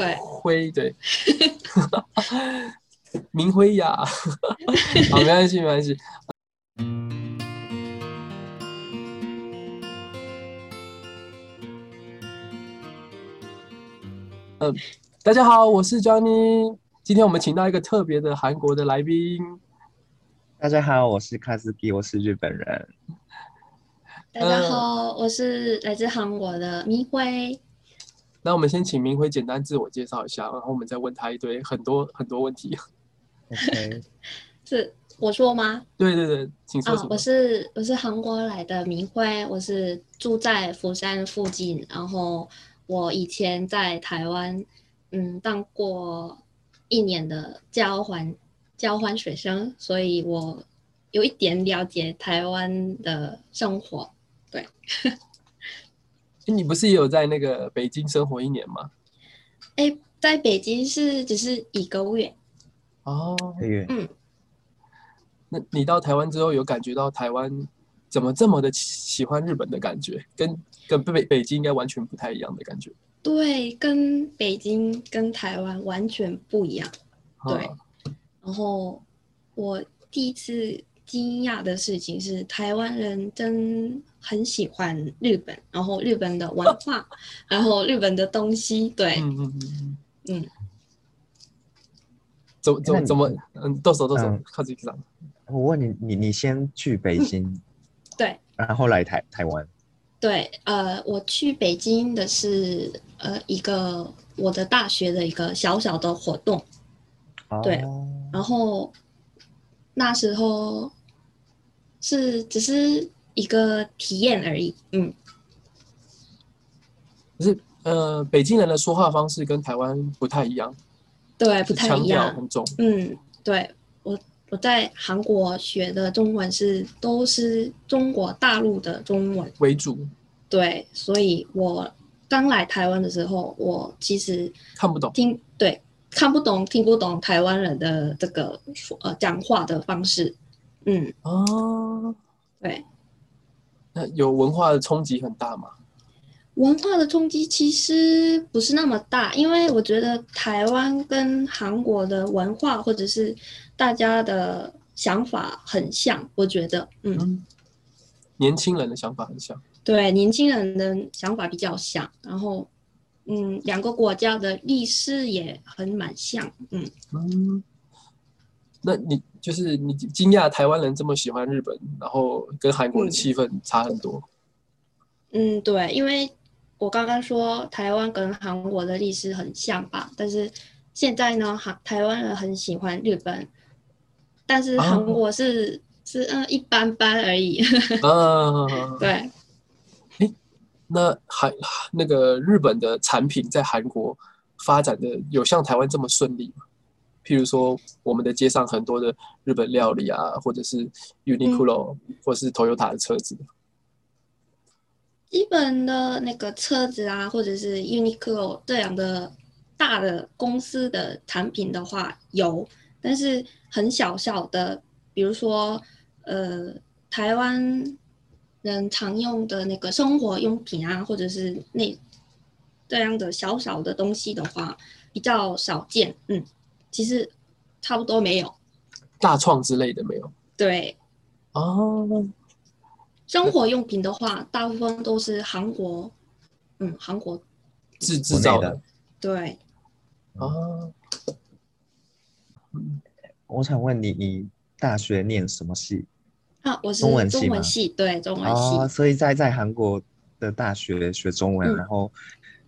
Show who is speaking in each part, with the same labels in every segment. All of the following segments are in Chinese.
Speaker 1: 对
Speaker 2: 辉对， 明辉呀， 好，没关系，没关系。嗯，大家好，我是 Johnny。今天我们请到一个特别的韩国的来宾，
Speaker 3: 大家好，我是卡斯基，我是日本人。
Speaker 1: 大家
Speaker 2: 嗯
Speaker 1: 好，我是来自韩国的咪辉。
Speaker 2: 那我们先请明辉简单自我介绍一下，然后我们再问他一堆很多很多问题。
Speaker 3: OK，
Speaker 1: 是我说吗？
Speaker 2: 对对对，请说
Speaker 1: 啊
Speaker 2: 什，么
Speaker 1: 我？是我是韩国来的明辉，我是住在釜山附近，然后我以前在台湾，嗯，当过一年的交换交换学生，所以我有一点了解台湾的生活。
Speaker 2: 诶你不是也有在那个北京生活一年吗？
Speaker 1: 哎，在北京是只是一个月，
Speaker 2: 哦，
Speaker 3: 这个
Speaker 2: 那你到台湾之后有感觉到台湾怎么这么的喜欢日本的感觉，跟跟北北京应该完全不太一样的感觉。
Speaker 1: 对，跟北京跟台湾完全不一样。
Speaker 2: 啊
Speaker 1: 对然后我第一次惊讶的事情是，台湾人真很喜欢日本，然后日本的文化，然后日本的东西，对，
Speaker 2: 嗯嗯嗯嗯
Speaker 1: 嗯。
Speaker 2: 怎么怎么
Speaker 3: 那你
Speaker 2: 怎么？嗯，动手动手
Speaker 3: 嗯，
Speaker 2: 靠自己上。
Speaker 3: 我问你，你你先去北京，
Speaker 1: 对，
Speaker 3: 然后来台台湾。
Speaker 1: 对，呃，我去北京的是呃一个我的大学的一个小小的活动，对
Speaker 3: 哦
Speaker 1: 然后那时候是只是一个体验而已，嗯，
Speaker 2: 可是呃，北京人的说话方式跟台湾不太一样，
Speaker 1: 对，不
Speaker 2: 就
Speaker 1: 太
Speaker 2: 腔
Speaker 1: 一
Speaker 2: 调
Speaker 1: 样。
Speaker 2: 很重。
Speaker 1: 嗯，对，我我在韩国学的中文是都是中国大陆的中文，
Speaker 2: 为主，
Speaker 1: 对，所以我刚来台湾的时候，我其实
Speaker 2: 看不懂。
Speaker 1: 听对看不懂、听不懂台湾人的这个说呃讲话的方式，嗯，
Speaker 2: 哦，
Speaker 1: 对，
Speaker 2: 那有文化的冲击很大嘛？
Speaker 1: 文化的冲击其实不是那么大，因为我觉得台湾跟韩国的文化或者是大家的想法很像，我觉得，嗯。
Speaker 2: 嗯，年轻人的想法很像。
Speaker 1: 对年轻人的想法比较像，然后，嗯，两个国家的历史也很蛮像，嗯，
Speaker 2: 嗯，那你就是你惊讶台湾人这么喜欢日本，然后跟韩国的
Speaker 1: 嗯
Speaker 2: 气氛差很多。
Speaker 1: 嗯，对，因为我刚刚说台湾跟韩国的历史很像吧，但是现在呢，韩台湾人很喜欢日本，但是韩
Speaker 2: 哦
Speaker 1: 国是、是嗯一般般而已，
Speaker 2: 啊，
Speaker 1: 对，
Speaker 2: 那韩那个日本的产品在韩国发展的有像台湾这么顺利吗？譬如说，我们的街上很多的日本料理啊，或者是 Uniqlo，、或是 Toyota 的车子，
Speaker 1: 基本的那个车子啊，或者是 Uniqlo 这样的大的公司的产品的话有，但是很小小的，比如说呃台湾人常用的那个生活用品啊，或者是那这样的小小的东西的话比较少见，嗯，其实差不多没有。
Speaker 2: 大创之类的没有？
Speaker 1: 对，
Speaker 2: 哦，
Speaker 1: 生活用品的话，大部分都是韩国，嗯，韩国
Speaker 2: 自制造
Speaker 3: 国
Speaker 2: 的
Speaker 3: 内
Speaker 1: 对。
Speaker 2: 哦，嗯
Speaker 3: 我想问你，你大学念什么系？
Speaker 1: 啊，我是
Speaker 3: 中文
Speaker 1: 中
Speaker 3: 系
Speaker 1: 文
Speaker 3: 吗
Speaker 1: 系，对，中文系，
Speaker 3: 哦，所以在在韩国的大学学中文，
Speaker 1: 嗯
Speaker 3: 然后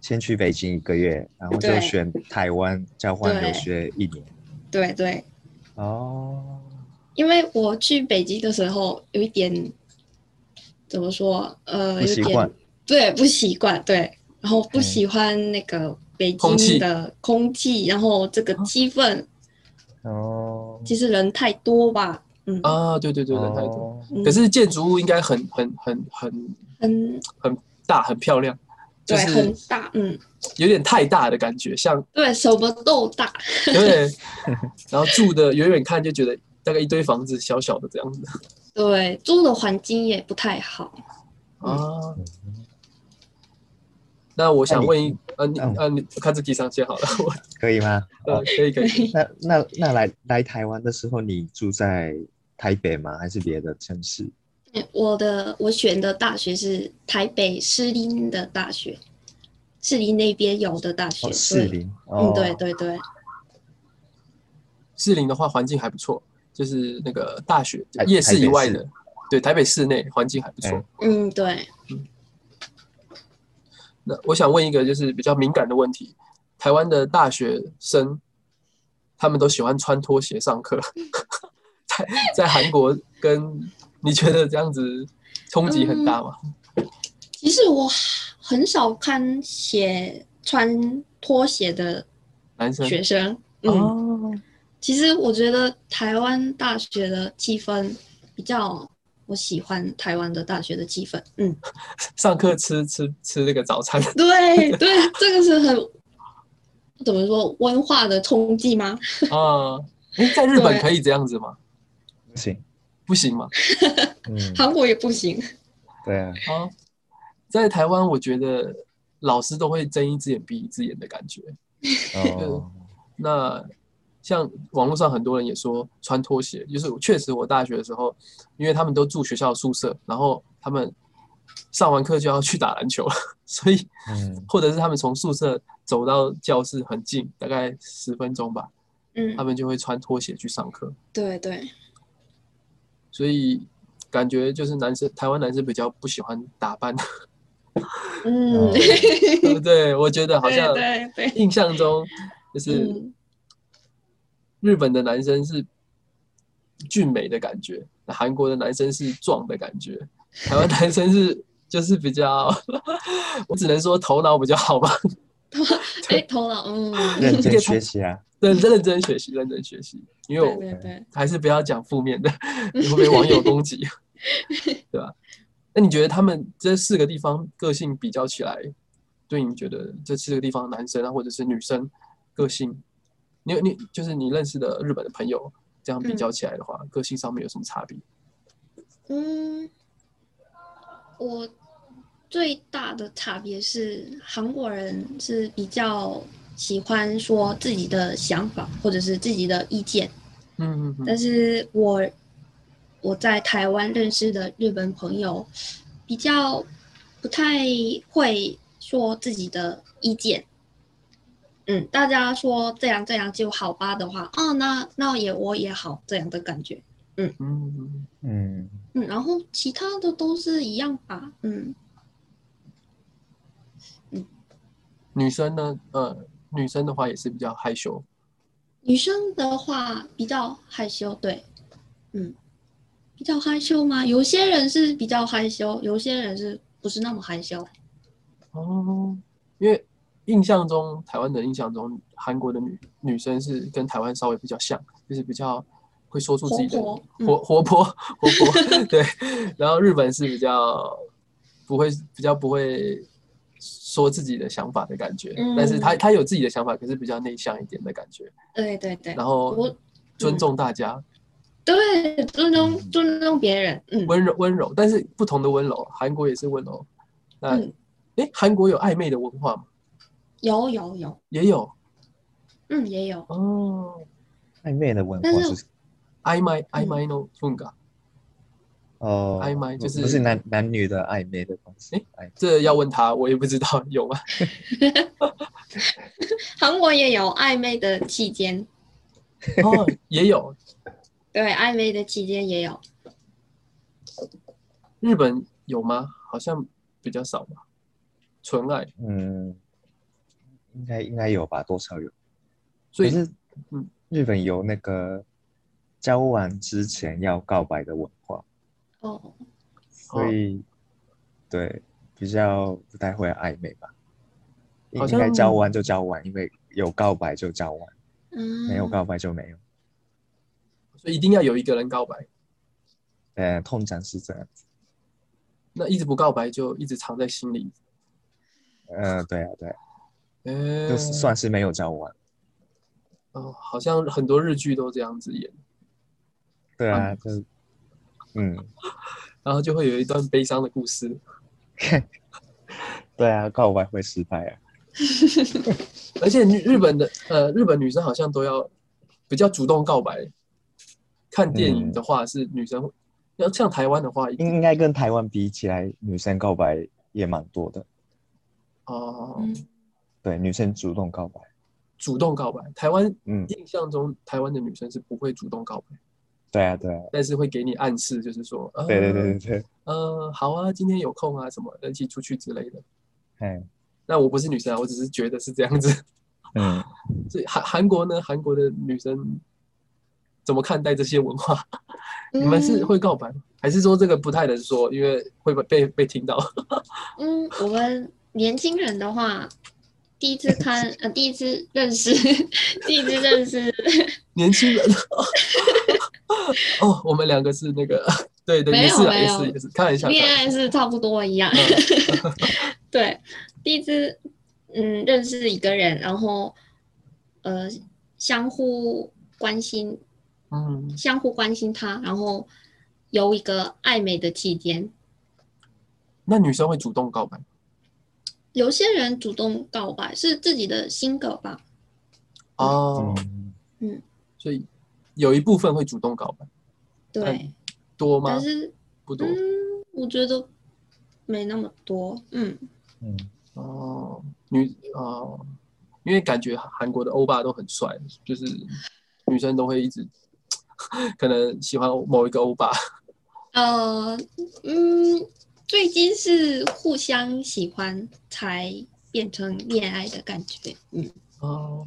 Speaker 3: 先去北京一个月，然后就
Speaker 1: 对
Speaker 3: 选台湾交换留
Speaker 1: 对
Speaker 3: 学一年。
Speaker 1: 对对。
Speaker 3: 哦，
Speaker 1: 因为我去北京的时候有一点，怎么说，呃，
Speaker 3: 不
Speaker 1: 有
Speaker 3: 习
Speaker 1: 点
Speaker 3: 惯，
Speaker 1: 对，不习惯，对，然后不
Speaker 3: 嗯
Speaker 1: 喜欢那个北
Speaker 2: 空气
Speaker 1: 京的空气，然后这个气氛，
Speaker 3: 哦，
Speaker 1: 其实人太多吧，嗯，
Speaker 2: 啊，对对对，人太多。
Speaker 3: 哦
Speaker 1: 嗯
Speaker 2: 可是建筑物应该很很很很
Speaker 1: 很
Speaker 2: 大，很漂亮，就
Speaker 1: 对，很
Speaker 2: 是
Speaker 1: 大，嗯，
Speaker 2: 有点太大的感觉， 像
Speaker 1: 对，什么都大，
Speaker 2: 对，然后住的远远看就觉得大概一堆房子小小的这样子
Speaker 1: 对，住的环境也不太好，
Speaker 2: 啊。那我想问一，啊，你
Speaker 3: 嗯
Speaker 2: 啊你看这机上先好 了，我
Speaker 3: 可以吗？
Speaker 2: 呃可以可以。
Speaker 1: 对，
Speaker 3: 那那那来来台湾的时候，你住在台北吗？还是别的城市？
Speaker 1: 我的我选的大学是台北士林的大学，士林那边有的大学，
Speaker 3: 哦，
Speaker 1: 所
Speaker 3: 士
Speaker 1: 以
Speaker 3: 林。哦
Speaker 1: 嗯，，对对对，
Speaker 2: 士林的话，环境还不错，就是那个大学
Speaker 3: 台
Speaker 2: 夜市以外
Speaker 3: 台北
Speaker 2: 的，对，台北市内环境还不错。
Speaker 3: 嗯
Speaker 1: 嗯对，
Speaker 2: 那我想问一个就是比较敏感的问题：台湾的大学生，他们都喜欢穿拖鞋上课，在在韩国跟你觉得这样子冲击很
Speaker 1: 嗯
Speaker 2: 大吗？
Speaker 1: 其实我很少看鞋穿拖鞋的
Speaker 2: 男生
Speaker 1: 学生，嗯，
Speaker 2: 哦，
Speaker 1: 其实我觉得台湾大学的气氛比较，我喜欢台湾的大学的气氛。嗯，
Speaker 2: 上课吃吃吃那个早餐，
Speaker 1: 对对，这个是很怎么说文化的冲击吗？
Speaker 2: 啊，诶在日本
Speaker 1: 对
Speaker 2: 可以这样子吗？
Speaker 3: 不行，
Speaker 2: 不行吗？
Speaker 3: 嗯，
Speaker 1: 韩国也不行。
Speaker 3: 对啊，
Speaker 2: 啊，在台湾我觉得老师都会睁一只眼闭一只眼的感觉。
Speaker 3: 哦，
Speaker 2: 那像网络上很多人也说穿拖鞋，就是确实我大学的时候，因为他们都住学校宿舍，然后他们上完课就要去打篮球， 所以
Speaker 3: 嗯，
Speaker 2: 或者是他们从宿舍走到教室很近，大概十分钟吧，
Speaker 1: 嗯
Speaker 2: 他，们就会穿拖鞋去上课，
Speaker 1: 对对，
Speaker 2: 所以感觉就是男生台湾男生比较不喜欢打扮，
Speaker 1: 嗯，
Speaker 3: 哦
Speaker 2: 对不对？我觉得好像
Speaker 1: 对对对，
Speaker 2: 印象中就是
Speaker 1: 嗯
Speaker 2: 日本的男生是俊美的感觉，那韩国的男生是壮的感觉，台湾男生是 就是比较， 我只能说头脑比较好吧，
Speaker 1: 哎，头脑，嗯，
Speaker 3: 认
Speaker 2: 这个
Speaker 3: 真
Speaker 2: 他
Speaker 3: 学习啊，
Speaker 2: 认认真学习，认真学习，因为
Speaker 1: 对
Speaker 2: 我
Speaker 1: 对对，
Speaker 2: 还是不要讲负面的， 你会被网友攻击，对吧？那你觉得他们这四个地方个性比较起来，对你觉得这四个地方男生啊，或者是女生个性，你有你就是你认识的日本的朋友，这样比较起来的话，个性上面有什么差别？
Speaker 1: 嗯，我最大的差别是，韩国人是比较喜欢说自己的想法或者是自己的意见，
Speaker 2: 嗯嗯
Speaker 1: 但是我我在台湾认识的日本朋友比较不太会说自己的意见。嗯，大家说这样这样就好吧的话，哦，那那也我也好这样的感觉。
Speaker 2: 嗯 嗯，
Speaker 3: 嗯，
Speaker 1: 嗯，然后其他的都是一样吧，嗯，
Speaker 2: 女生呢，呃，女生的话也是比较害羞，
Speaker 1: 女生的话比较害羞，对，嗯，比较害羞吗？有些人是比较害羞，有些人是不是那么害羞？
Speaker 2: 哦，因为印象中台湾的印象中，韩国的女女生是跟台湾稍微比较像，就是比较会说出自己的
Speaker 1: 活泼嗯
Speaker 2: 活活泼活泼，对。然后日本是比较不会比较不会说自己的想法的感觉，
Speaker 1: 嗯
Speaker 2: 但是他他有自己的想法，可是比较内向一点的感觉，
Speaker 1: 对对对，
Speaker 2: 然后
Speaker 1: 我嗯
Speaker 2: 尊重大家，
Speaker 1: 对尊重
Speaker 3: 嗯
Speaker 1: 尊重别人，嗯，
Speaker 2: 温柔温柔，但是不同的温柔，韩国也是温柔。那
Speaker 1: 嗯
Speaker 2: 诶，韩国有暧昧的文化吗？
Speaker 1: 有有有，
Speaker 2: 也有
Speaker 1: 嗯也有，
Speaker 2: 哦。
Speaker 3: 暧昧的文化
Speaker 1: 但是
Speaker 3: 是
Speaker 2: 曖昧曖昧の文化，
Speaker 3: 哦，
Speaker 2: 暧昧就是
Speaker 3: 不是男男女的暧昧的东西
Speaker 2: 诶，
Speaker 3: 哎暧
Speaker 2: 这要问他，我也不知道有吗？
Speaker 1: 韩国也有暧昧的期间，
Speaker 2: 哦， 也有
Speaker 1: 对，暧昧的期间也有，
Speaker 2: 日本有吗？好像比较少吧。纯爱，
Speaker 3: 嗯，应该应该有吧，多少有。
Speaker 2: 所以
Speaker 3: 可是，
Speaker 2: 嗯
Speaker 3: 日本有那个交往之前要告白的文化，
Speaker 1: 哦，
Speaker 2: 哦
Speaker 3: 所以、对比较不太会暧昧吧。
Speaker 2: 好
Speaker 3: 应
Speaker 2: 像
Speaker 3: 该交往就交往，因为有告白就交往，
Speaker 1: 嗯，
Speaker 3: 没有告白就没有。
Speaker 2: 所以一定要有一个人告白，
Speaker 3: 呃，通常是这样子。
Speaker 2: 那一直不告白就一直藏在心里，
Speaker 3: 呃，对啊，对啊，
Speaker 2: 呃，
Speaker 3: 就算是没有交往。
Speaker 2: 哦，好像很多日剧都这样子演，
Speaker 3: 对啊，就是，嗯，
Speaker 2: 然后就会有一段悲伤的故事。
Speaker 3: 对啊，告白会失败啊。
Speaker 2: 而且女日本的呃日本女生好像都要比较主动告白。看电影的话是女生，
Speaker 3: 嗯
Speaker 2: 要像台湾的话一定
Speaker 3: 应应该跟台湾比起来，女生告白也蛮多的。
Speaker 2: 哦、
Speaker 1: 嗯
Speaker 3: 对，女生主动告白，
Speaker 2: 主动告白。台湾
Speaker 3: 嗯，
Speaker 2: 印象中台湾的女生是不会主动告白，
Speaker 3: 对啊，对啊，
Speaker 2: 但是会给你暗示，就是说，呃、
Speaker 3: 对对对对对，
Speaker 2: 呃，好啊，今天有空啊，什么一起出去之类的。
Speaker 3: 哎，
Speaker 2: 那我不是女生啊，我只是觉得是这样子。
Speaker 3: 嗯，
Speaker 2: 所以韩韩国呢，韩国的女生怎么看待这些文化？
Speaker 1: 嗯
Speaker 2: 你们是会告白吗？还是说这个不太能说，因为会被被被听到？
Speaker 1: 嗯，我们年轻人的话，第一次 看，呃，第一次认识， 第一次认识，
Speaker 2: 年轻人。 哦，我们两个是那个， 对对，
Speaker 1: 没有
Speaker 2: 也是啊，
Speaker 1: 没
Speaker 2: 也
Speaker 1: 有
Speaker 2: 是也是，开玩笑。
Speaker 1: 恋
Speaker 2: 开
Speaker 1: 爱是差不多一样。
Speaker 2: 玩笑嗯
Speaker 1: 对，第一次嗯认识一个人，然后呃相互关心，
Speaker 2: 嗯，
Speaker 1: 相互关心他，然后有一个暧昧的期间。
Speaker 2: 那女生会主动告白
Speaker 1: 有些人主动告白是自己的性格吧，
Speaker 2: 哦，
Speaker 3: 嗯
Speaker 2: 所以有一部分会主动告白，
Speaker 1: 对，
Speaker 2: 嗯多吗
Speaker 1: 但？是
Speaker 2: 不多
Speaker 1: 嗯，我觉得没那么多，嗯，
Speaker 3: 嗯，
Speaker 2: 哦，女哦，因为感觉韩国的欧巴都很帅，就是女生都会一直可能喜欢某一个欧巴，
Speaker 1: 呃，嗯，最近是互相喜欢才变成恋爱的感觉，嗯。
Speaker 2: 哦，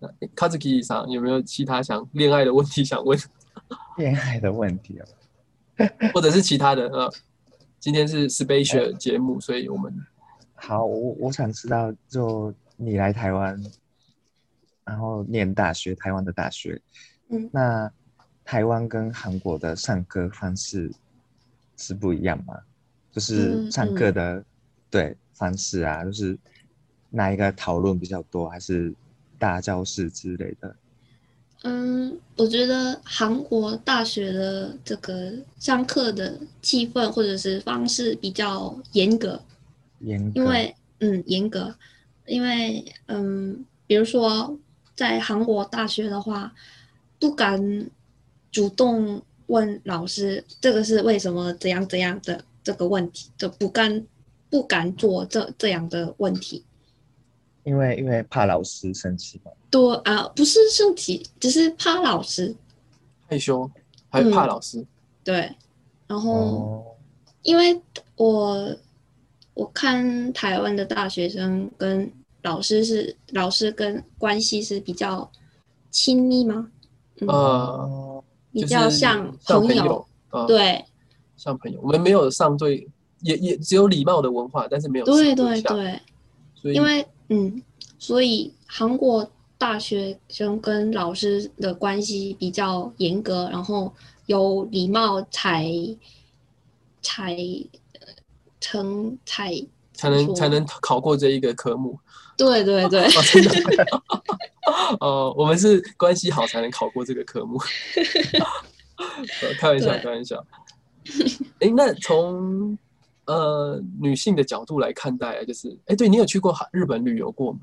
Speaker 2: 那 Kazuki 上有没有其他想恋爱的问题想问，
Speaker 3: 恋爱的问题啊，
Speaker 2: 或者是其他的？呃，今天是 special 节目，所以我们
Speaker 3: 好，我我想知道，就你来台湾，然后念大学，台湾的大学，
Speaker 1: 嗯
Speaker 3: 那台湾跟韩国的上课方式是不一样吗？就是
Speaker 1: 嗯
Speaker 3: 上课的、对方式啊，就是哪一个讨论比较多，还是大教室之类的？
Speaker 1: 嗯，我觉得韩国大学的这个上课的气氛或者是方式比较严格，
Speaker 3: 严格
Speaker 1: 因为嗯严格，因为嗯，比如说在韩国大学的话，不敢主动问老师这个是为什么怎样怎样的这个问题，就不敢不敢做这这样的问题。
Speaker 3: 因为因为怕老师生气嘛。
Speaker 1: 多啊，不是生气，只是怕老师，
Speaker 2: 害羞，还怕
Speaker 1: 嗯
Speaker 2: 老师。
Speaker 1: 对，然后。，
Speaker 3: 哦
Speaker 1: 因为我我看台湾的大学生跟老师是老师跟关系是比较亲密吗？嗯，
Speaker 3: 哦
Speaker 2: 呃，
Speaker 1: 比
Speaker 2: 就是
Speaker 1: 较
Speaker 2: 像
Speaker 1: 朋
Speaker 2: 朋友，呃，，
Speaker 1: 对
Speaker 2: 像朋友，我们没有上对，也也只有礼貌的文化，但是没有
Speaker 1: 对
Speaker 2: 上
Speaker 1: 对
Speaker 2: 下，
Speaker 1: 对，
Speaker 2: 所以
Speaker 1: 因为嗯，所以韩国大学生跟老师的关系比较严格，然后有礼貌才才呃成才
Speaker 2: 才能
Speaker 1: 说
Speaker 2: 才能考过这一个科目。
Speaker 1: 对对 对。
Speaker 2: 哦，真的。哦，我们是关系好才能考过这个科目。 呃开玩笑，
Speaker 1: 对
Speaker 2: 开玩笑。哎，那从呃女性的角度来看待，就是哎，诶对你有去过韩日本旅游过吗？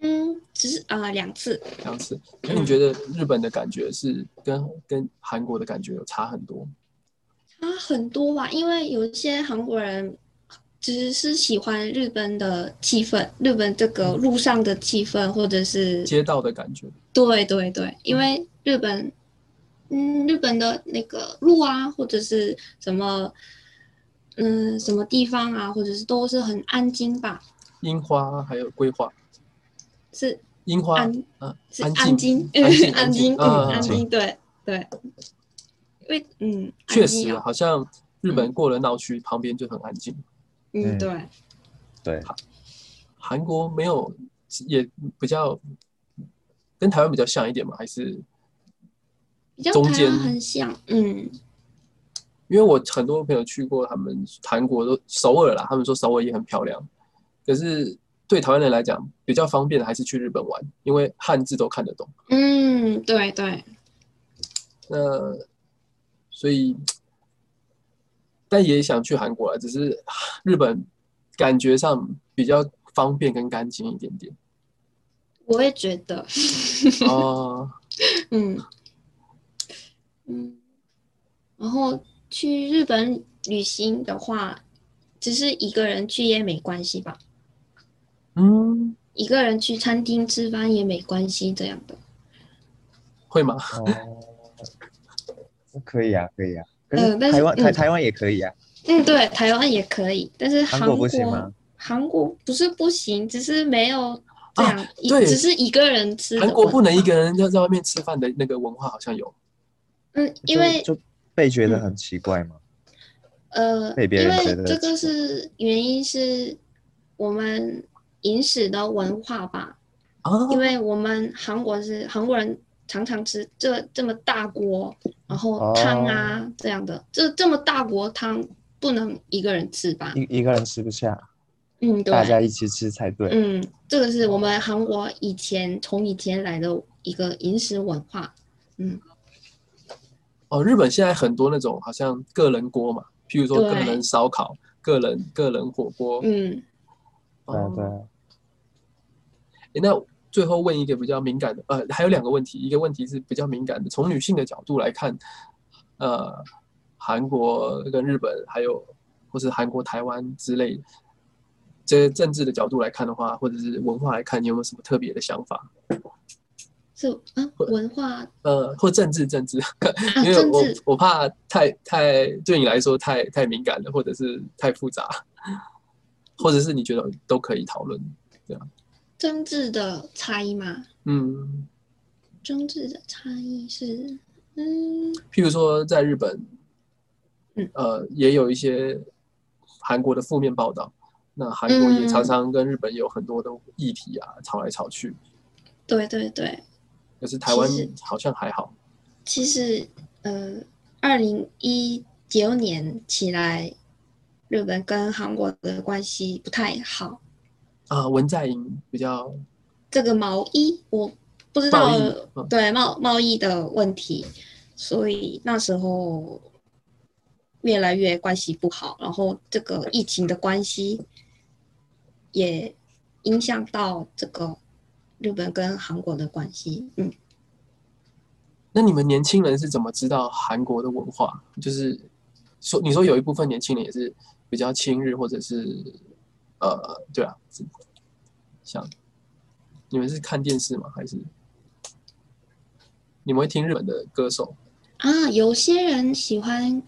Speaker 1: 嗯，只是啊、呃两次，
Speaker 2: 两次。那你觉得日本的感觉是跟跟韩国的感觉有差很多吗？
Speaker 1: 啊，很多吧，因为有一些韩国人只是喜欢日本的气氛，日本这个路上的气氛，或者是
Speaker 2: 嗯街道的感觉？
Speaker 1: 对对对，因为日本，嗯，日本的那个路啊，或者是什么，嗯，什么地方啊，或者是都是很安静吧，
Speaker 2: 樱花还有规划，
Speaker 1: 是
Speaker 2: 樱花
Speaker 1: 安
Speaker 2: 啊，
Speaker 1: 是
Speaker 2: 安
Speaker 1: 安
Speaker 2: 静
Speaker 1: 静，
Speaker 2: 安静
Speaker 1: 安静，
Speaker 2: 啊
Speaker 1: 嗯，安静，对对，因为嗯，安
Speaker 2: 确
Speaker 1: 静
Speaker 2: 实
Speaker 1: 啊
Speaker 2: 啊好像日本过了闹区旁边就很安静。
Speaker 1: 嗯，
Speaker 3: 嗯
Speaker 1: 对。
Speaker 3: 对，
Speaker 2: 韩国没有，也比较跟台湾比较像一点嘛，还是
Speaker 1: 比较
Speaker 2: 中
Speaker 1: 台
Speaker 2: 间
Speaker 1: 湾很像，嗯，
Speaker 2: 因为我很多朋友去过他们韩国都首尔啦，他们说首尔也很漂亮，可是对台湾人来讲比较方便的还是去日本玩，因为汉字都看得懂。
Speaker 1: 嗯，对对，
Speaker 2: 那所以，但也想去韩国啊，只是日本感觉上比较方便跟干净一点点。
Speaker 1: 我也觉得，
Speaker 2: 哦，
Speaker 1: 嗯嗯，然后去日本旅行的话，只是一个人去也没关系吧，
Speaker 2: 嗯，
Speaker 1: 一个人去餐厅吃饭也没关系，这样的。
Speaker 2: 会吗？
Speaker 3: 哦，可以啊，可以啊。可
Speaker 1: 呃
Speaker 3: 是
Speaker 1: 但是
Speaker 3: 台湾台
Speaker 1: 嗯
Speaker 3: 台湾也可以啊，
Speaker 1: 嗯，对，台湾也可以，但是
Speaker 3: 韩
Speaker 1: 韩
Speaker 3: 国不行吗？
Speaker 1: 韩国不是不行，只是没有这样，一
Speaker 2: 啊对
Speaker 1: 只是一个人吃的
Speaker 2: 韩国不能一
Speaker 1: 文化。
Speaker 2: 个人要在外面吃饭的那个文化好像有，
Speaker 1: 嗯，因
Speaker 3: 就
Speaker 1: 为嗯
Speaker 3: 就被觉得很奇怪嘛。
Speaker 1: 呃，
Speaker 3: 被别
Speaker 1: 因
Speaker 3: 人
Speaker 1: 为
Speaker 3: 觉得
Speaker 1: 这个
Speaker 3: 奇怪
Speaker 1: 是原因是我们饮食的文化吧，
Speaker 2: 啊，
Speaker 1: 因为我们韩国是韩国人常常吃这这么大锅，然
Speaker 3: 哦
Speaker 1: 后汤啊、这样的，这这么大锅汤不能一个人吃吧？
Speaker 3: 一一个人吃不下，
Speaker 1: 嗯，
Speaker 3: 大
Speaker 1: 对，
Speaker 3: 家一起吃才对。
Speaker 1: 嗯，这个是我们韩国以前从以前来的一个饮食文化。
Speaker 2: 哦，日本现在很多那种好像个人锅嘛，譬如说
Speaker 1: 对
Speaker 2: 个人烧烤、个人个人火锅。
Speaker 1: 嗯，
Speaker 2: 哦
Speaker 3: 对啊对啊，
Speaker 2: 诶那最后问一个比较敏感的，呃，还有两个问题，一个问题是比较敏感的，从女性的角度来看，呃，韩国跟日本还有或是韩国、台湾之类的，这些政治的角度来看的话，或者是文化来看，你有没有什么特别的想法？
Speaker 1: 是啊，文化
Speaker 2: 呃，或政治政治，
Speaker 1: 啊，
Speaker 2: 因为
Speaker 1: 政
Speaker 2: 我
Speaker 1: 治
Speaker 2: 我怕太太对你来说太太敏感了，或者是太复杂，或者是你觉得都可以讨论。
Speaker 1: 政治的差异嘛，
Speaker 2: 嗯，
Speaker 1: 政治的差异是，嗯
Speaker 2: 譬如说在日本，
Speaker 1: 嗯
Speaker 2: 呃，也有一些韩国的负面报道，那韩国
Speaker 1: 嗯
Speaker 2: 也常常跟日本有很多的议题啊，吵来吵去。，
Speaker 1: 对对对，
Speaker 2: 可是台湾
Speaker 1: 其实
Speaker 2: 好像还好。
Speaker 1: 其实，呃，二零一九年起来，日本跟韩国的关系不太好。
Speaker 2: 啊、文在寅比较
Speaker 1: 这个贸易，我不知
Speaker 2: 贸
Speaker 1: 道
Speaker 2: 易嗯
Speaker 1: 对贸贸易的问题，所以那时候越来越关系不好，然后这个疫情的关系也影响到这个日本跟韩国的关系。嗯，
Speaker 2: 那你们年轻人是怎么知道韩国的文化？就是说，你说有一部分年轻人也是比较亲日，或者是呃，对啊，是像你们是看电视吗？还是你们会听日本的歌手？
Speaker 1: 啊，有些人喜欢，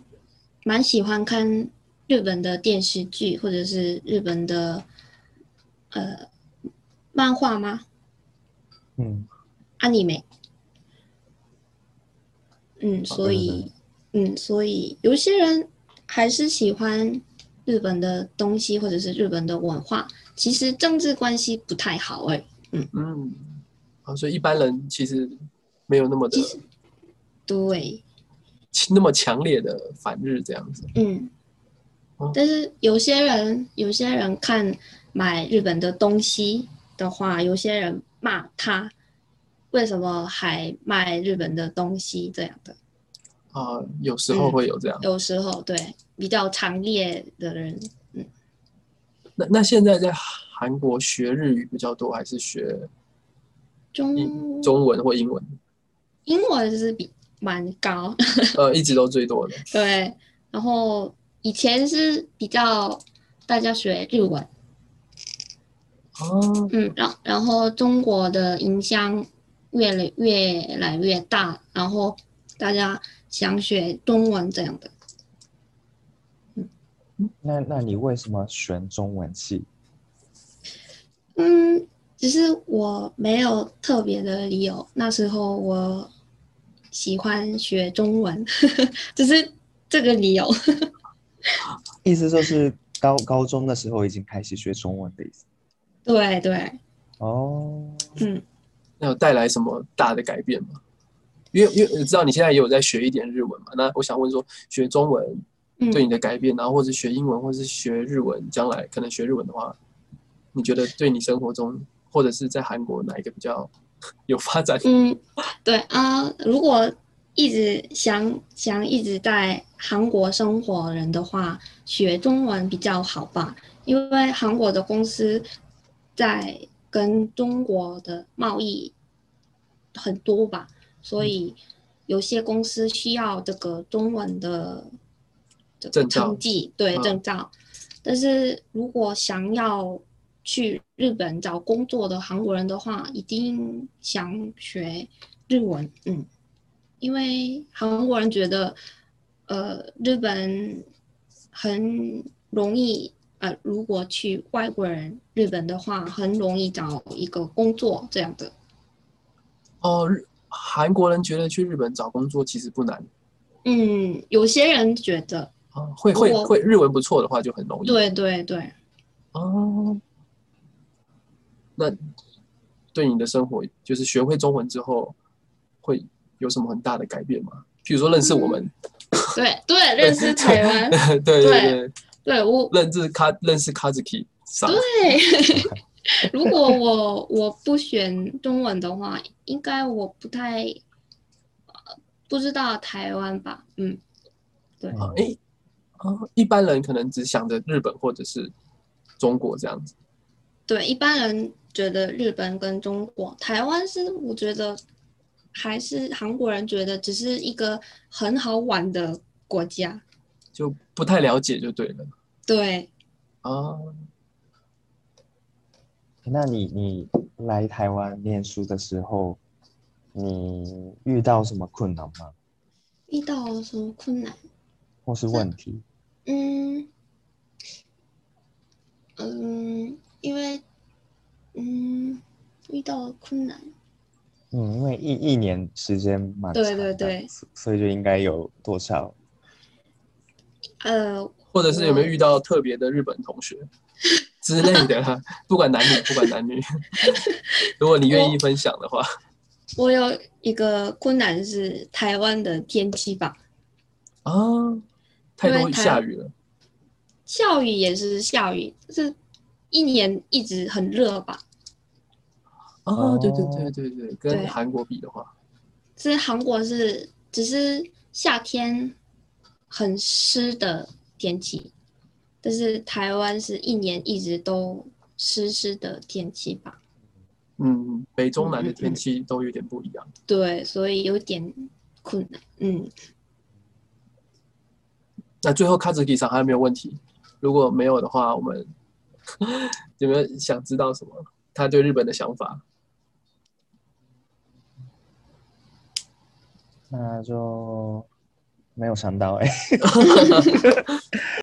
Speaker 1: 蛮喜欢看日本的电视剧，或者是日本的呃漫画吗
Speaker 3: 嗯，
Speaker 1: ？anime。嗯，所以，嗯，所以有些人还是喜欢日本的东西，或者是日本的文化。其实政治关系不太好哎、
Speaker 2: 嗯，啊，所以一般人其实没有那么的
Speaker 1: 其实对。
Speaker 2: 那么强烈的反日这样子。
Speaker 1: 嗯
Speaker 2: 哦，
Speaker 1: 但是有些人，有些人看买日本的东西的话，有些人骂他为什么还卖日本的东西这样的，
Speaker 2: 啊、有时候
Speaker 1: 嗯
Speaker 2: 会有这样。
Speaker 1: 有时候对比较强烈的人，
Speaker 2: 那那现在在韩国学日语比较多，还是学
Speaker 1: 中
Speaker 2: 英嗯中文或英文？
Speaker 1: 英文是比蛮高，
Speaker 2: 呃，一直都最多的。
Speaker 1: 对，然后以前是比较大家学日文，
Speaker 2: 哦，
Speaker 1: 嗯，然然后中国的影响越来越来越大，然后大家想学中文这样的。
Speaker 3: 那那你为什么选中文系？
Speaker 1: 嗯，只是我没有特别的理由，那时候我喜欢学中文， 只是这个理由。
Speaker 3: 意思就是高高中的时候已经开始学中文的意思。
Speaker 1: 对对，
Speaker 3: 哦，
Speaker 1: 嗯，
Speaker 2: 那有带来什么大的改变吗？因为因为我知道你现在也有在学一点日文嘛，那我想问说，学中文
Speaker 1: 嗯
Speaker 2: 对你的改变，然后或者学英文，或是学日文，将来可能学日文的话，你觉得对你生活中或者是在韩国哪一个比较有发 展？
Speaker 1: 嗯，对啊、如果一直想想一直在韩国生活人的话，学中文比较好吧，因为韩国的公司在跟中国的贸易很多吧，
Speaker 2: 嗯
Speaker 1: 所以有些公司需要这个中文的这个
Speaker 2: 证照
Speaker 1: 成绩，对
Speaker 2: 嗯
Speaker 1: 证照。但是如果想要去日本找工作的韩国人的话，一定想学日文，嗯，因为韩国人觉得，呃，日本很容易，呃，如果去外国人日本的话，很容易找一个工作这样的。
Speaker 2: 哦，日韩国人觉得去日本找工作其实不难
Speaker 1: 嗯，有些人觉得，
Speaker 2: 啊，会会
Speaker 1: 我
Speaker 2: 会日文不错的话就很容易。
Speaker 1: 对对对，
Speaker 2: 哦，那对你的生活，就是学会中文之后，会有什么很大的改变吗？比如说认识我们，
Speaker 1: 对对，认识台湾，
Speaker 2: 对 对对，
Speaker 1: 嗯对我
Speaker 2: 认识卡认识卡 a 基桑，
Speaker 1: 对，如果我我不选中文的话，应该我不太、呃不知道台湾吧？嗯，对，
Speaker 2: 啊，
Speaker 3: 嗯
Speaker 2: 诶，啊，一般人可能只想着日本或者是中国这样子，
Speaker 1: 对，一般人觉得日本跟中国，台湾是我觉得还是韩国人觉得只是一个很好玩的国家。
Speaker 2: 就不太了解就对了
Speaker 1: 对，
Speaker 2: 啊。
Speaker 3: 那你你来台湾念书的时候，你遇到什么困难吗？
Speaker 1: 遇到什么困难？
Speaker 3: 或是问题？
Speaker 1: 嗯，嗯，因为嗯遇到困难。
Speaker 3: 嗯，因为一一年时间蛮
Speaker 1: 对
Speaker 3: 长
Speaker 1: 对
Speaker 3: 的
Speaker 1: 对
Speaker 3: 所所以就应该有多少？
Speaker 1: 呃，
Speaker 2: 或者是有没有
Speaker 1: 我
Speaker 2: 遇到特别的日本同学之类的啦？ 不管男女，不管男女， 如果你愿意分享的话，
Speaker 1: 我有一个困难是台湾的天气吧，
Speaker 2: 啊，太
Speaker 1: 因
Speaker 2: 多
Speaker 1: 为台
Speaker 2: 下雨了
Speaker 1: 下雨也是下雨，就是一年一直很热吧。
Speaker 2: 啊！对对
Speaker 3: 哦
Speaker 2: 对对对，跟
Speaker 1: 对
Speaker 2: 韩国比的话，
Speaker 1: 是韩国是只是夏天很湿的天气，但是台湾是一年一直都湿湿的天气吧。
Speaker 2: 嗯，北中南的
Speaker 1: 嗯嗯
Speaker 2: 天气都有点不一样。
Speaker 1: 对，所以有点困难。嗯，
Speaker 2: 那最后卡子基上还有没有问题？如果没有的话，我们 有没有想知道什么？他对日本的想法？
Speaker 3: 那就没有想到哎、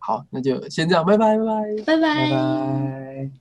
Speaker 2: 好，那就先这样，拜拜拜拜。
Speaker 1: 拜
Speaker 3: 拜拜。